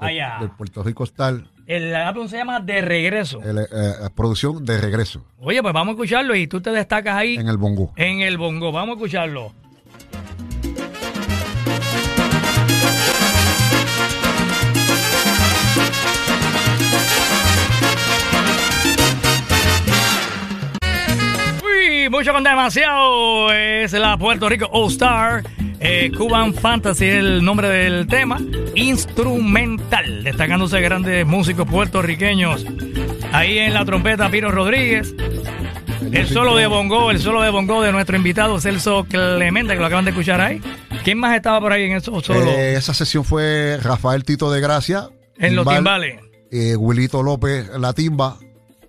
[SPEAKER 6] Vaya.
[SPEAKER 7] del Puerto Rico Star,
[SPEAKER 6] El álbum se llama De Regreso.
[SPEAKER 7] el, eh, eh, producción de regreso,
[SPEAKER 6] Oye, pues vamos a escucharlo y tú te destacas ahí
[SPEAKER 7] en el bongo.
[SPEAKER 6] en el bongo. Vamos a escucharlo. Uy, mucho con demasiado. Es la Puerto Rico All Star. eh, Cuban Fantasy es el nombre del tema. Instrumental. Destacándose grandes músicos puertorriqueños. Ahí en la trompeta Piro Rodríguez. El solo de bongo, el solo de bongo de nuestro invitado Celso Clemente, que lo acaban de escuchar ahí. ¿Quién más estaba por ahí en esos solos?
[SPEAKER 7] Eh, esa sesión fue Rafael Tito de Gracia.
[SPEAKER 6] en los
[SPEAKER 7] timbal,
[SPEAKER 6] timbales.
[SPEAKER 7] eh, Wilito López en la timba,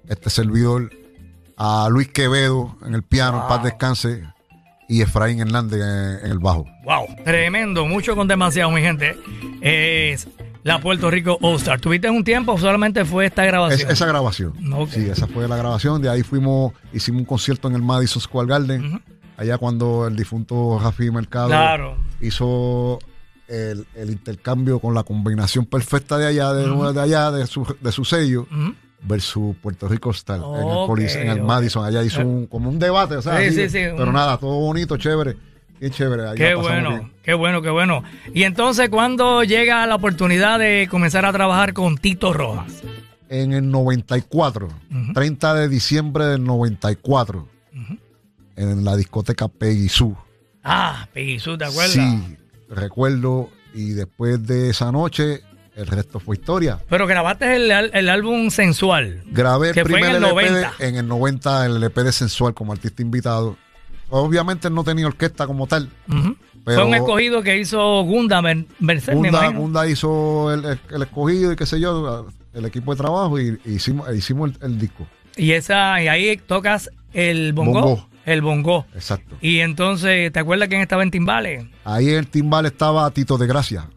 [SPEAKER 7] este servidor, a Luis Quevedo en el piano, en paz descanse, y Efraín Hernández en, en el bajo.
[SPEAKER 6] Wow. Tremendo, mucho con demasiado, mi gente. Es la Puerto Rico All Star. ¿Tuviste un tiempo o solamente fue esta
[SPEAKER 7] Es-
[SPEAKER 6] grabación?
[SPEAKER 7] esa grabación.
[SPEAKER 6] Ok.
[SPEAKER 7] Sí, esa fue la grabación. De ahí fuimos, hicimos un concierto en el Madison Square Garden, allá cuando el difunto Rafi Mercado
[SPEAKER 6] Claro.
[SPEAKER 7] hizo el, el intercambio con la combinación perfecta de allá, de, de allá, de su, de su sello.
[SPEAKER 6] Ujú.
[SPEAKER 7] versus Puerto Rico Star en el,
[SPEAKER 6] Ok,
[SPEAKER 7] Colis- en el
[SPEAKER 6] ok. Eh.
[SPEAKER 7] Madison. Allá hizo un, como un debate, o sea,
[SPEAKER 6] Sí,
[SPEAKER 7] así,
[SPEAKER 6] sí, sí,
[SPEAKER 7] pero
[SPEAKER 6] un-
[SPEAKER 7] nada, todo bonito, chévere. Qué chévere. ahí
[SPEAKER 6] Qué
[SPEAKER 7] la pasamos
[SPEAKER 6] bueno,
[SPEAKER 7] bien.
[SPEAKER 6] qué bueno, qué bueno. Y entonces, ¿cuándo llega la oportunidad de comenzar a trabajar con Tito Rojas?
[SPEAKER 7] En el 94, 30 de diciembre del 94, en la discoteca Peggy Sue.
[SPEAKER 6] Ah, Pisu, ¿te acuerdas?
[SPEAKER 7] Sí, recuerdo. Y después de esa noche, el resto fue historia.
[SPEAKER 6] Pero grabaste el, al- el álbum Sensual.
[SPEAKER 7] Grabé el
[SPEAKER 6] Que fue en
[SPEAKER 7] primer
[SPEAKER 6] el
[SPEAKER 7] LP
[SPEAKER 6] 90.
[SPEAKER 7] De, en el 90, el LP de Sensual como artista invitado. Obviamente no tenía orquesta como tal.
[SPEAKER 6] Ujú.
[SPEAKER 7] Pero-
[SPEAKER 6] Fue un escogido que hizo Gunda Mer- Merced, me
[SPEAKER 7] Gunda,
[SPEAKER 6] imagino.
[SPEAKER 7] Gunda hizo el, el- el escogido y qué sé yo, el equipo de trabajo y, y hicimos, e hicimos el, el disco.
[SPEAKER 6] Y esa, y ahí tocas el bongo,
[SPEAKER 7] Bongo.
[SPEAKER 6] El bongo.
[SPEAKER 7] Exacto.
[SPEAKER 6] Y entonces, ¿te acuerdas quién estaba en timbales?
[SPEAKER 7] Ahí en el timbal estaba Tito de Gracia.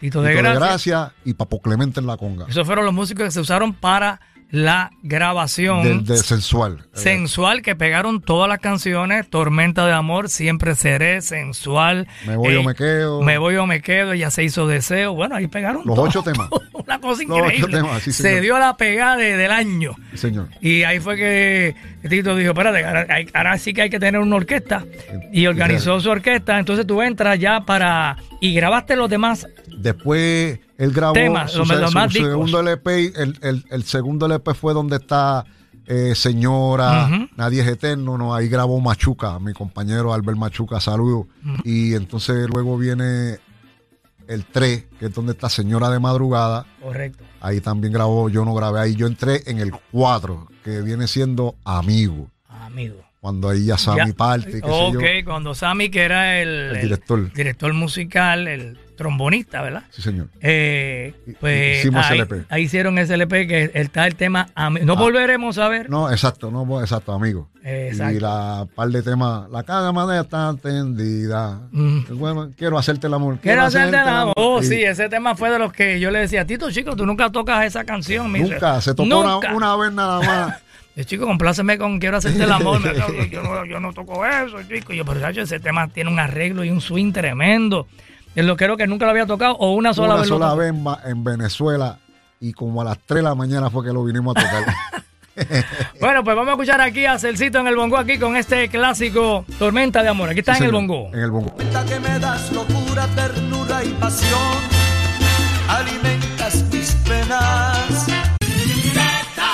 [SPEAKER 6] Tito de Gracia.
[SPEAKER 7] y Papo Clemente en la conga.
[SPEAKER 6] Esos fueron los músicos que se usaron para la grabación
[SPEAKER 7] Del de Sensual.
[SPEAKER 6] sensual que pegaron todas las canciones. Tormenta de amor, siempre seré sensual. eh,
[SPEAKER 7] Eh, Me voy o me quedo.
[SPEAKER 6] Me voy o me quedo. Ya se hizo deseo. Bueno, ahí pegaron
[SPEAKER 7] Los
[SPEAKER 6] todo.
[SPEAKER 7] ocho temas.
[SPEAKER 6] Una cosa
[SPEAKER 7] Los ocho
[SPEAKER 6] increíble.
[SPEAKER 7] temas, sí,
[SPEAKER 6] se
[SPEAKER 7] señor.
[SPEAKER 6] dio la pegada de- del año.
[SPEAKER 7] Sí, señor.
[SPEAKER 6] Y ahí fue que Tito dijo, espérate, ahora, hay- ahora sí que hay que tener una orquesta. Y organizó su orquesta. Entonces tú entras ya para... Y grabaste los demás.
[SPEAKER 7] Después él grabó
[SPEAKER 6] Temas,
[SPEAKER 7] su,
[SPEAKER 6] los-
[SPEAKER 7] se-
[SPEAKER 6] los
[SPEAKER 7] su
[SPEAKER 6] más discos.
[SPEAKER 7] segundo LP. y El, el- el segundo LP fue donde está eh, Señora,
[SPEAKER 6] Ujú.
[SPEAKER 7] Nadie es Eterno. No, ahí grabó Machuca, mi compañero Albert Machuca, saludo. Y entonces luego viene el 3, que es donde está Señora de Madrugada.
[SPEAKER 6] Correcto.
[SPEAKER 7] Ahí también grabó, yo no grabé ahí. Yo entré en el 4, que viene siendo Amigo.
[SPEAKER 6] Amigo.
[SPEAKER 7] Cuando ahí ya
[SPEAKER 6] Ya.
[SPEAKER 7] Sammy parte, qué
[SPEAKER 6] ok,
[SPEAKER 7] sé yo.
[SPEAKER 6] cuando Sammy, que era el,
[SPEAKER 7] El director.
[SPEAKER 6] director musical, el trombonista, ¿verdad?
[SPEAKER 7] Sí, señor.
[SPEAKER 6] Eh,
[SPEAKER 7] Hi-
[SPEAKER 6] pues
[SPEAKER 7] hicimos
[SPEAKER 6] ahí,
[SPEAKER 7] SLP.
[SPEAKER 6] ahí hicieron SLP que está el tema... Ami- No
[SPEAKER 7] Ah.
[SPEAKER 6] volveremos a ver.
[SPEAKER 7] No, exacto, no, pues, exacto, amigo.
[SPEAKER 6] Exacto.
[SPEAKER 7] Y la par de temas, la cada manera está tendida.
[SPEAKER 6] Mm.
[SPEAKER 7] Bueno, quiero hacerte el amor.
[SPEAKER 6] Quiero hacerte el amor. Oh,
[SPEAKER 7] Y
[SPEAKER 6] sí, ese tema fue de los que yo le decía, Tito, chico, tú nunca tocas esa canción. me dice.
[SPEAKER 7] Nunca, se tocó una,
[SPEAKER 6] Nunca.
[SPEAKER 7] una vez nada más.
[SPEAKER 6] Yo, chico, compláceme con Quiero hacerte el amor. Me dice, "Yo- yo, no, yo no toco eso, chico. Y yo, pero chacho, ese tema tiene un arreglo y un swing tremendo. Es lo creo que nunca lo había tocado o una sola
[SPEAKER 7] una
[SPEAKER 6] vez. lo
[SPEAKER 7] sola
[SPEAKER 6] tocó.
[SPEAKER 7] vez ma- en Venezuela y como a las 3 de la mañana fue que lo vinimos a tocar.
[SPEAKER 6] Bueno, pues vamos a escuchar aquí a Celcito en el bongo, aquí con este clásico Tormenta de Amor. Aquí está
[SPEAKER 7] Sí,
[SPEAKER 6] en el
[SPEAKER 7] señor,
[SPEAKER 6] bongo.
[SPEAKER 7] En el bongo.
[SPEAKER 1] Cuenta que me das locura, ternura y pasión. Alimentas mis penas. Z93.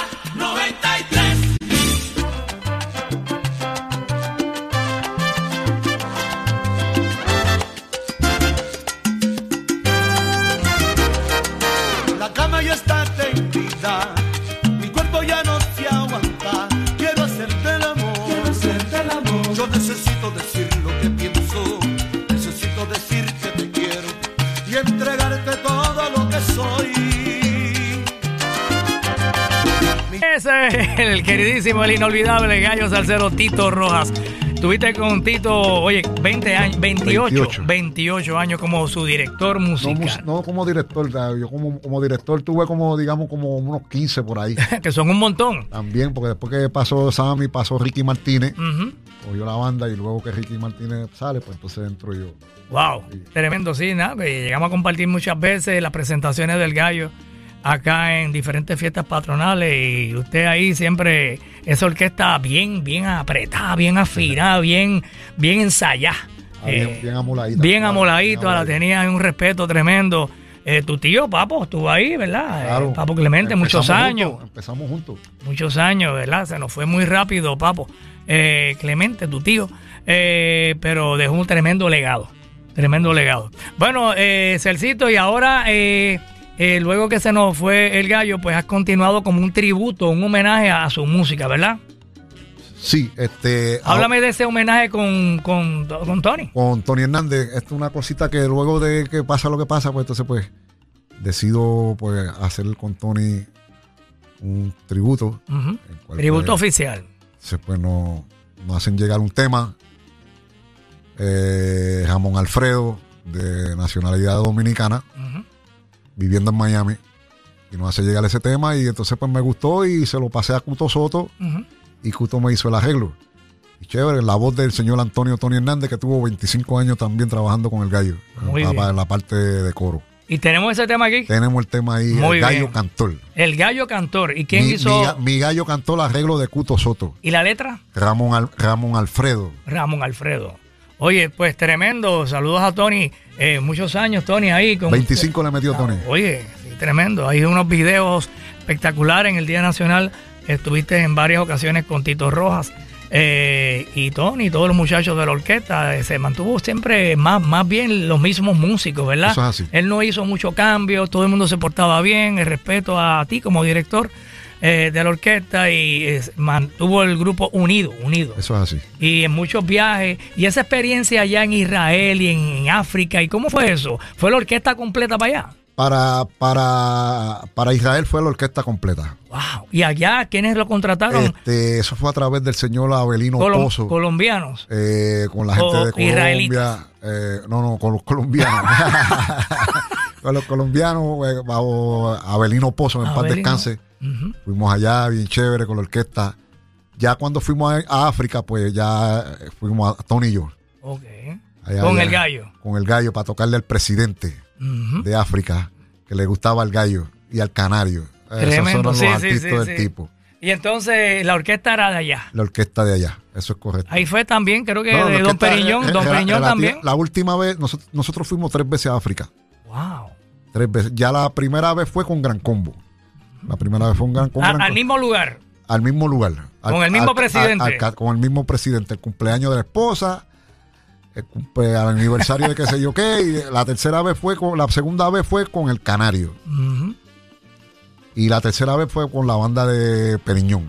[SPEAKER 1] La cama ya está tendida.
[SPEAKER 6] Entonces, el queridísimo, el inolvidable gallo salsero Tito Rojas. Tuviste con Tito, oye, 20 años, 28, 28,
[SPEAKER 7] 28.
[SPEAKER 6] años como su director
[SPEAKER 7] No,
[SPEAKER 6] musical.
[SPEAKER 7] mus- no como director, ya, yo como, como director tuve como, digamos, como unos 15 por ahí
[SPEAKER 6] que son un montón.
[SPEAKER 7] también, porque después que pasó Sammy, pasó Ricky Martínez,
[SPEAKER 6] Ujú.
[SPEAKER 7] cogió la banda y luego que Ricky Martínez sale, pues entonces entro yo.
[SPEAKER 6] Wow, tremendo, sí, nada, que llegamos a compartir muchas veces las presentaciones del gallo acá en diferentes fiestas patronales y usted ahí siempre, esa orquesta bien, bien apretada, bien afinada, bien, bien ensayada.
[SPEAKER 7] Ah, bien-
[SPEAKER 6] Eh,
[SPEAKER 7] bien amoladita.
[SPEAKER 6] Bien
[SPEAKER 7] Claro,
[SPEAKER 6] amoladita,
[SPEAKER 7] bien
[SPEAKER 6] la
[SPEAKER 7] amoladita.
[SPEAKER 6] tenía un respeto tremendo. Eh, tu tío, Papo, estuvo ahí, ¿verdad? Eh,
[SPEAKER 7] Claro.
[SPEAKER 6] Papo Clemente, muchos
[SPEAKER 7] Empezamos
[SPEAKER 6] años,
[SPEAKER 7] juntos, empezamos juntos.
[SPEAKER 6] muchos años, ¿verdad? Se nos fue muy rápido, Papo. Eh, Clemente, tu tío, eh, pero dejó un tremendo legado, tremendo legado. Bueno, eh, Celcito, y ahora, eh, eh, luego que se nos fue el gallo, pues has continuado como un tributo, un homenaje a, a su música, ¿verdad?
[SPEAKER 7] Sí, este.
[SPEAKER 6] Háblame de ese homenaje con, con, con Tony.
[SPEAKER 7] con Tony Hernández. Esto es una cosita que luego de que pasa lo que pasa, pues entonces pues decido pues hacer con Tony un tributo.
[SPEAKER 6] Ujú.
[SPEAKER 7] el cual,
[SPEAKER 6] Tributo
[SPEAKER 7] pues,
[SPEAKER 6] oficial.
[SPEAKER 7] se- pues, nos, nos hacen llegar un tema. Eh, Ramón Alfredo, de nacionalidad dominicana,
[SPEAKER 6] Ujú.
[SPEAKER 7] viviendo en Miami. Y nos hace llegar ese tema y entonces pues me gustó y se lo pasé a Cuto Soto
[SPEAKER 6] Ujú.
[SPEAKER 7] y Cuto me hizo el arreglo. Y chévere, la voz del señor Antonio Tony Hernández, que tuvo 25 años también trabajando con el gallo,
[SPEAKER 6] Muy
[SPEAKER 7] para
[SPEAKER 6] bien.
[SPEAKER 7] la parte de coro.
[SPEAKER 6] Y tenemos ese tema aquí.
[SPEAKER 7] Tenemos el tema ahí,
[SPEAKER 6] Muy
[SPEAKER 7] el gallo
[SPEAKER 6] bien.
[SPEAKER 7] cantor.
[SPEAKER 6] El gallo cantor. ¿Y quién
[SPEAKER 7] mi, mi
[SPEAKER 6] hizo?
[SPEAKER 7] ga- mi gallo cantó el arreglo de Cuto Soto,
[SPEAKER 6] ¿Y la letra?
[SPEAKER 7] Ramón, Al- Ramón Alfredo.
[SPEAKER 6] Ramón Alfredo. Oye, pues tremendo. Saludos a Tony. Eh, muchos años, Tony, ahí. Con
[SPEAKER 7] 25 le metió Tony.
[SPEAKER 6] Oye, sí, tremendo. Hay unos videos espectaculares en el Día Nacional. Estuviste en varias ocasiones con Tito Rojas. eh, y Tony, todos los muchachos de la orquesta, eh, se mantuvo siempre más, más bien los mismos músicos, ¿verdad?
[SPEAKER 7] Eso es así.
[SPEAKER 6] Él no hizo mucho cambio, todo el mundo se portaba bien, el respeto a ti como director eh, de la orquesta y eh, mantuvo el grupo unido, unido
[SPEAKER 7] Eso es así.
[SPEAKER 6] y en muchos viajes. Y esa experiencia allá en Israel y en, en África, ¿y cómo fue eso? ¿Fue la orquesta completa para allá?
[SPEAKER 7] Para, para, para Israel fue la orquesta completa.
[SPEAKER 6] ¡Wow! ¿Y allá quiénes lo contrataron?
[SPEAKER 7] Este, eso fue a través del señor Abelino
[SPEAKER 6] Colom-
[SPEAKER 7] Pozo.
[SPEAKER 6] colombianos.
[SPEAKER 7] eh, con la gente
[SPEAKER 6] O
[SPEAKER 7] de Colombia.
[SPEAKER 6] israelitas.
[SPEAKER 7] eh, no, no, con los colombianos. con los colombianos, eh, bajo Abelino Pozo, en paz
[SPEAKER 6] Abelino.
[SPEAKER 7] descanse.
[SPEAKER 6] Ujú.
[SPEAKER 7] Fuimos allá, bien chévere, con la orquesta. Ya cuando fuimos a, a África, pues ya eh, fuimos a Tony y yo.
[SPEAKER 6] Ok.
[SPEAKER 7] allá-
[SPEAKER 6] Con
[SPEAKER 7] allá,
[SPEAKER 6] el gallo.
[SPEAKER 7] Con el gallo, para tocarle al presidente
[SPEAKER 6] Ujú.
[SPEAKER 7] de África, que le gustaba al gallo y al canario. Eh, Esos son
[SPEAKER 6] Tremendo,
[SPEAKER 7] los
[SPEAKER 6] sí, sí,
[SPEAKER 7] artistas
[SPEAKER 6] sí,
[SPEAKER 7] del
[SPEAKER 6] sí.
[SPEAKER 7] tipo.
[SPEAKER 6] Y entonces la orquesta era de allá.
[SPEAKER 7] La orquesta de allá, eso es correcto.
[SPEAKER 6] Ahí fue también, creo que
[SPEAKER 7] No, la
[SPEAKER 6] de Don
[SPEAKER 7] orquesta,
[SPEAKER 6] Periñón.
[SPEAKER 7] eh,
[SPEAKER 6] Don
[SPEAKER 7] rela-
[SPEAKER 6] Periñón
[SPEAKER 7] relativa-
[SPEAKER 6] también.
[SPEAKER 7] La última vez, nosotros, nosotros fuimos tres veces a África.
[SPEAKER 6] ¡Wow!
[SPEAKER 7] Tres veces. Ya la primera vez fue con Gran Combo. La primera vez fue con Gran Combo.
[SPEAKER 6] A-
[SPEAKER 7] Gran
[SPEAKER 6] al
[SPEAKER 7] Co-
[SPEAKER 6] mismo lugar.
[SPEAKER 7] al mismo lugar. Al-
[SPEAKER 6] Con el mismo presidente.
[SPEAKER 7] ca- con el mismo presidente. El cumpleaños de la esposa. El cumple- al aniversario de qué sé yo qué. Y la tercera vez fue con. La segunda vez fue con el Canario.
[SPEAKER 6] Ujú.
[SPEAKER 7] Y la tercera vez fue con la banda de Periñón.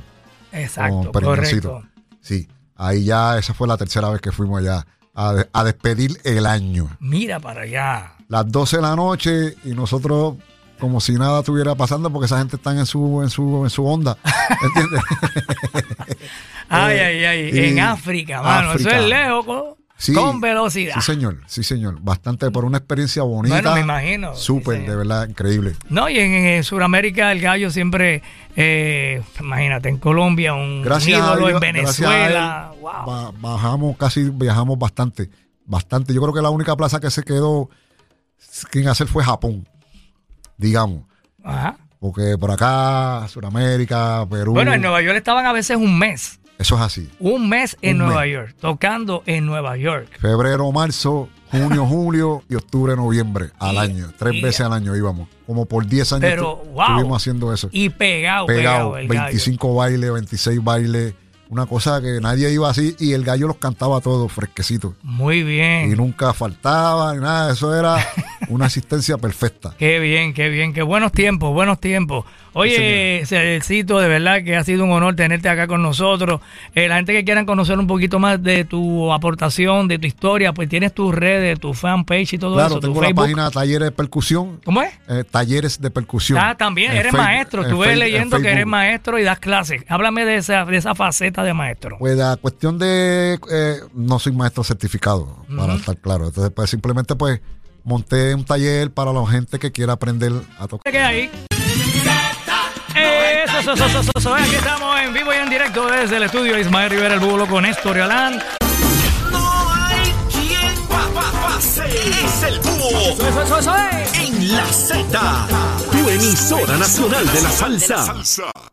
[SPEAKER 6] Exacto,
[SPEAKER 7] con Periñoncito.
[SPEAKER 6] correcto.
[SPEAKER 7] Sí. Ahí ya, esa fue la tercera vez que fuimos allá a, de- a despedir el año.
[SPEAKER 6] Mira para allá.
[SPEAKER 7] las 12 de la noche y nosotros como si nada estuviera pasando porque esa gente está en su en su en su onda ¿entiendes?
[SPEAKER 6] Ay, ay, ay.
[SPEAKER 7] Eh, y-
[SPEAKER 6] En África, mano. Eso
[SPEAKER 7] África.
[SPEAKER 6] es lejos, co-
[SPEAKER 7] Sí,
[SPEAKER 6] con velocidad.
[SPEAKER 7] sí señor sí señor bastante por una experiencia bonita
[SPEAKER 6] Bueno, me imagino, sí,
[SPEAKER 7] súper
[SPEAKER 6] señor.
[SPEAKER 7] de verdad increíble
[SPEAKER 6] No, y en, en Sudamérica el gallo siempre, eh, imagínate, en Colombia, un
[SPEAKER 7] gracias a
[SPEAKER 6] ídolo
[SPEAKER 7] Dios,
[SPEAKER 6] en
[SPEAKER 7] gracias a él,
[SPEAKER 6] Venezuela. Wow.
[SPEAKER 7] ba- bajamos casi viajamos bastante bastante yo creo que la única plaza que se quedó sin hacer fue Japón digamos
[SPEAKER 6] Ajá.
[SPEAKER 7] porque por acá Sudamérica Perú
[SPEAKER 6] Bueno, en Nueva York estaban a veces un mes,
[SPEAKER 7] eso es así
[SPEAKER 6] un mes en
[SPEAKER 7] Un
[SPEAKER 6] Nueva
[SPEAKER 7] mes.
[SPEAKER 6] York, tocando en Nueva York.
[SPEAKER 7] febrero, marzo, junio, julio y octubre, noviembre al año. Tres
[SPEAKER 6] y-
[SPEAKER 7] veces al año íbamos. Como por 10 años
[SPEAKER 6] Pero,
[SPEAKER 7] estu-
[SPEAKER 6] wow.
[SPEAKER 7] estuvimos haciendo eso.
[SPEAKER 6] Y pegado, pegado,
[SPEAKER 7] Pegado,
[SPEAKER 6] el gallo.
[SPEAKER 7] 25 bailes, 26 bailes. Una cosa que nadie iba así y el gallo los cantaba todos fresquecitos.
[SPEAKER 6] Muy
[SPEAKER 7] Y
[SPEAKER 6] bien.
[SPEAKER 7] nunca faltaba, ni nada. Eso era Una asistencia perfecta.
[SPEAKER 6] Qué bien, qué bien, qué buenos tiempos, buenos tiempos. Oye, Celcito, de verdad que ha sido un honor tenerte acá con nosotros. Eh, la gente que quieran conocer un poquito más de tu aportación, de tu historia, pues tienes tus redes, tu fanpage y todo
[SPEAKER 7] Claro,
[SPEAKER 6] eso. tu
[SPEAKER 7] tengo la
[SPEAKER 6] Facebook.
[SPEAKER 7] página Talleres de Percusión.
[SPEAKER 6] ¿Cómo es?
[SPEAKER 7] eh, talleres de Percusión.
[SPEAKER 6] Ah, también,
[SPEAKER 7] En
[SPEAKER 6] eres
[SPEAKER 7] Face-
[SPEAKER 6] maestro.
[SPEAKER 7] en
[SPEAKER 6] Estuve
[SPEAKER 7] Face-
[SPEAKER 6] leyendo
[SPEAKER 7] en
[SPEAKER 6] que eres
[SPEAKER 7] Facebook.
[SPEAKER 6] maestro y das clases. Háblame de esa, de esa faceta de maestro.
[SPEAKER 7] Pues la cuestión de eh, no soy maestro certificado, para estar claro. Entonces, pues simplemente pues monté un taller para la gente que quiera aprender a tocar.
[SPEAKER 6] ¿Qué hay? Eso, eso, eso, eso, eso. Aquí estamos en vivo y en directo desde el estudio Ismael Rivera, el búho con Néstor y Alán.
[SPEAKER 2] No hay quien pase. Es el búho en la Z, tu emisora nacional de la salsa.